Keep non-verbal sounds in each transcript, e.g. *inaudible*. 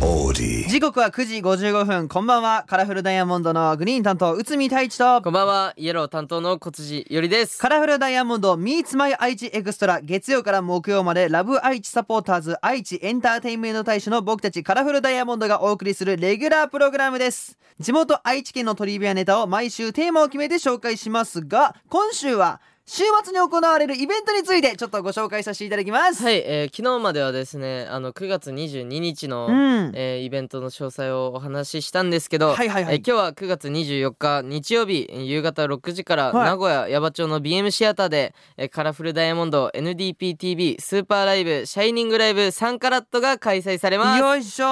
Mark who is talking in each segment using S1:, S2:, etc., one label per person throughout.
S1: body.
S2: 時刻は9時55分こんばんはカラフルダイヤモンドのグリーン担当内海太一と
S3: こんばんは、イエロー担当の小辻よりです。
S2: カラフルダイヤモンド Meets My 愛知エクストラ月曜から木曜までラブ愛知サポーターズ愛知エンターテインメント大使の僕たちカラフルダイヤモンドがお送りするレギュラープログラムです地元愛知県のトリビアネタを毎週テーマを決めて紹介しますが今週は週末に行われるイベントについてちょっとご紹介させていただきます、
S3: はい、えー昨日まではですね、あの9月22日の、
S2: うん
S3: えーイベントの詳細をお話ししたんですけど、
S2: はいはいはい
S3: えー今日は9月24日日曜日えー夕方6時から、
S2: はい
S3: 名古屋矢場町の BM シアターで、えーカラフルダイヤモンド NDPTV スーパーライブシャイニングライブ3カラットが開催されます。
S2: よいしょ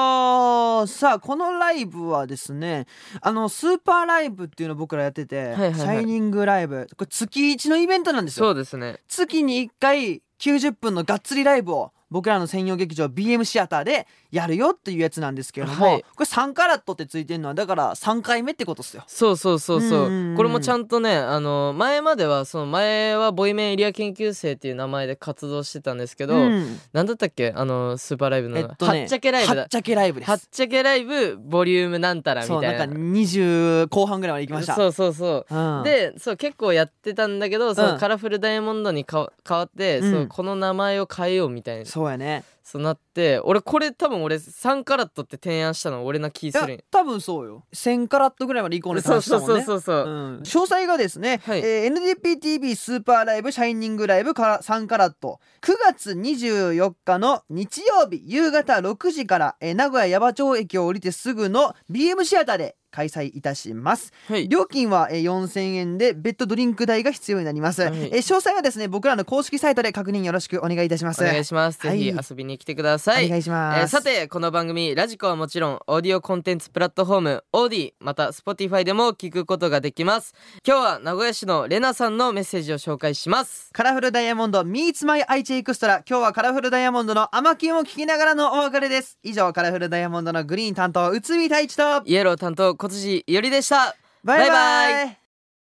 S2: ーさあこのライブはですねあのスーパーライブっていうのを僕らやってて、
S3: いはいはい
S2: シャイニングライブこれ月一のイベントなんですよ
S3: そうですね。
S2: 月に1回90分のがっつりライブを僕らの専用劇場 BM シアターでやるよっていうやつなんですけれども、
S3: はい
S2: これ3カラットってついてるのはだから3回目ってことっすよ
S3: そうそうそうそう
S2: うんうんうん
S3: これもちゃんとねあの前まではその前はボイメンエリア研究生っていう名前で活動してたんですけど、
S2: うん
S3: なんだったっけあのスーパーライブの、
S2: えっとね
S3: はっちゃけライブ
S2: は
S3: だ
S2: っちゃけライブで
S3: はっ
S2: す
S3: ちゃけライブボリュームなんたらみた
S2: そ
S3: いう
S2: なん
S3: な
S2: か20後半ぐらいまで行きました
S3: そうそうそう
S2: うん
S3: でそう結構やってたんだけどその、
S2: うん
S3: カラフルダイヤモンドにか変わって、
S2: うん
S3: そうこの名前を変えようみたいなそ
S2: そうやね
S3: うなって俺これ多分俺3カラットって提案したの俺な気
S2: い
S3: す
S2: や
S3: るん
S2: 多分そうよ1000カラットぐらいまで行こうねって
S3: そう
S2: 話した
S3: そう
S2: もん
S3: そう
S2: ね
S3: そうそう、
S2: うん詳細がですね、
S3: はい
S2: えー NDPTV スーパーライブシャイニングライブから3カラット9月24日の日曜日夕方6時から、えー名古屋矢場町駅を降りてすぐの BM シアターで開催いたします
S3: はい
S2: 料金はえー4000円で別途ドリンク代が必要になります、
S3: はい
S2: えー詳細はですね僕らの公式サイトで確認よろしくお願いいたします
S3: お願いします、
S2: はい
S3: ぜひ遊びに来てください
S2: お願いします、
S3: えーさてこの番組ラジコはもちろんオーディオコンテンツプラットフォームオーディまた Spotify でも聞くことができます今日は名古屋市のレナさんのメッセージを紹介します
S2: カラフルダイヤモンド Meets My 愛知エクストラ今日はカラフルダイヤモンドの甘きを聞きながらのお別れです以上カラフルダイヤモンドのグリーン担当内海太一と
S3: イエロー担当小辻よりでした
S2: バイバイ
S3: バイバ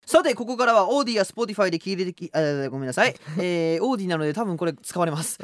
S2: さてここからはオーディやスポティファイで聞いてきあごめんなさ
S3: *laughs*
S2: い、えー、オーディなので多分これ使われます、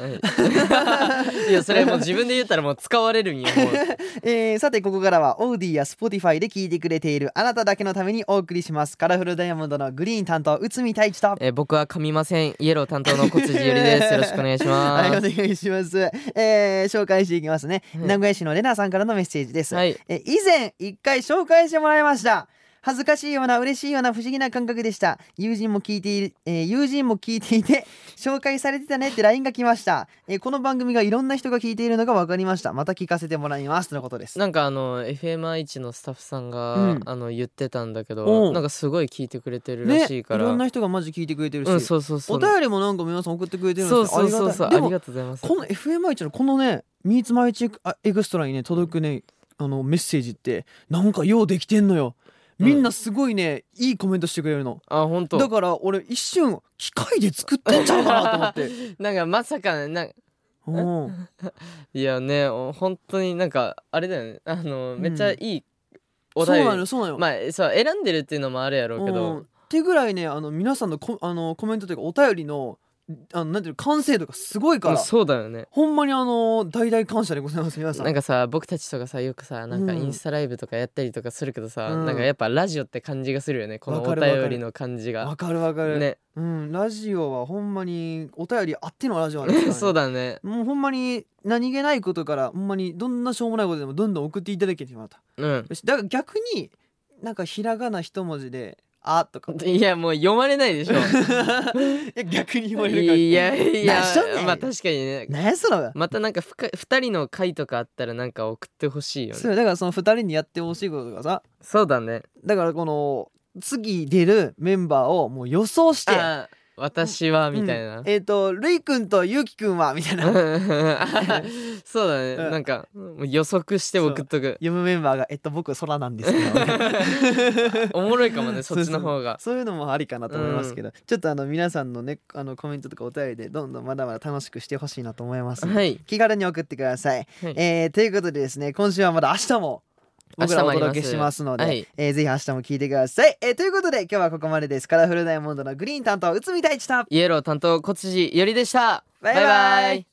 S3: い *laughs* やそれもう自分で言ったらもう使われるんよもう *laughs*
S2: えー、さてここからはオーディやスポティファイで聞いてくれているあなただけのためにお送りしますカラフルダイヤモンドのグリーン担当内海太一と
S3: えー僕は噛みませんイエロー担当の小辻より *laughs* ですよろしくお願いしま
S2: はい、お
S3: す
S2: 願いします。えー紹介していきますね。
S3: はい
S2: 名古屋市のレナさんからのメッセージです。
S3: はい
S2: えー以前一回紹介してもらいました。恥ずかしいような嬉しいような不思議な感覚でした。友人も聞いている、えー友人も聞いていて紹介されてたねって LINE が来ました、えーこの番組がいろんな人が聞いているのが分かりました。また聞かせてもらいますとのことです。
S3: なんかあの FMI1 のスタッフさんが、
S2: うん
S3: あの言ってたんだけ
S2: おう
S3: どなんかすごい聞いてくれてる
S2: ね
S3: らしいから、
S2: ろんな人がマジ聞いてくれてるし、
S3: うんそうそうそう
S2: お便りもなんか皆さん送ってくれてるんです
S3: そ
S2: よ
S3: うそうそうそう
S2: あ
S3: あ
S2: りがたいでも
S3: りがとうございます
S2: この FMI のこのね「ミーツマイチエクストラ」にね届くねあのメッセージってなんかようできてんのよみんなすごいね、いいコメントしてくれるの
S3: あ本当
S2: だから俺一瞬機械で作ってんちゃうかなと思
S3: *laughs*
S2: って
S3: なんかまさかねなん
S2: うん
S3: いやねお本当になんかあれだよねあの
S2: ん
S3: めっちゃいいお
S2: そう
S3: 題、
S2: なのよそうなのよ、
S3: まあそう選んでるっていうのもあるやろう
S2: う
S3: け
S2: ん
S3: ど
S2: ってぐらいねあの皆さんのコあのコメントというかお便りのあのなんていうの完成度がすごいから、
S3: うんそうだよね
S2: ほんまにあの大々感謝でございます皆さん
S3: なんかさ僕たちとかさよくさなんか
S2: うん
S3: インスタライブとかやったりとかするけどさ、
S2: うん
S3: なんかやっぱラジオって感じがするよねこの
S2: わか
S3: お
S2: るわかる
S3: 便りの感じが
S2: わかるわかる、
S3: ね
S2: うん、ラジオはほんまにお便りあってのラジオなんですからね
S3: *laughs* そうだね
S2: もうほんまに何気ないことからほんまにどんなしょうもないことでもどんどん送っていただけてしまった
S3: うん
S2: よしだから逆になんかひらがな一文字で「あ」とかい
S3: いやもう読まれないで
S2: *laughs*
S3: しょ
S2: や逆に言われるから
S3: いやいや
S2: なしとんねん
S3: まあ確かにね
S2: 何やそら
S3: *laughs* またなんかふか2人の回とかあったらなんか送ってほしいよね
S2: そうだからその二人にやってほしいこととかさ
S3: そうだね
S2: だからこの次出るメンバーをもう予想して
S3: あ私はみたいな、
S2: う
S3: *laughs*
S2: んえっ、とるいくんとゆうきくんはみたいな
S3: そうだね、
S2: うん
S3: なんかもう予測して送っとく
S2: 読むメンバーが「えっと僕空なんですけど」
S3: *laughs* おもろいかもねそっちの方が
S2: そういうのもありかなと思いますけど、ちょっとあの皆さんのねあのコメントとかお便りでどんどんまだまだ楽しくしてほしいなと思います、
S3: はい
S2: 気軽に送ってください、
S3: はい
S2: えーということでですね今週はまだ明日も
S3: 明
S2: 僕
S3: 日
S2: ら
S3: も
S2: お
S3: あります
S2: 届けしますので
S3: はい
S2: えーぜひ明日も聞いてください、えーということで今日はここまでですカラフルダイヤモンドのグリーン担当内海太一と
S3: イエロー担当小辻よりでした
S2: バイバイ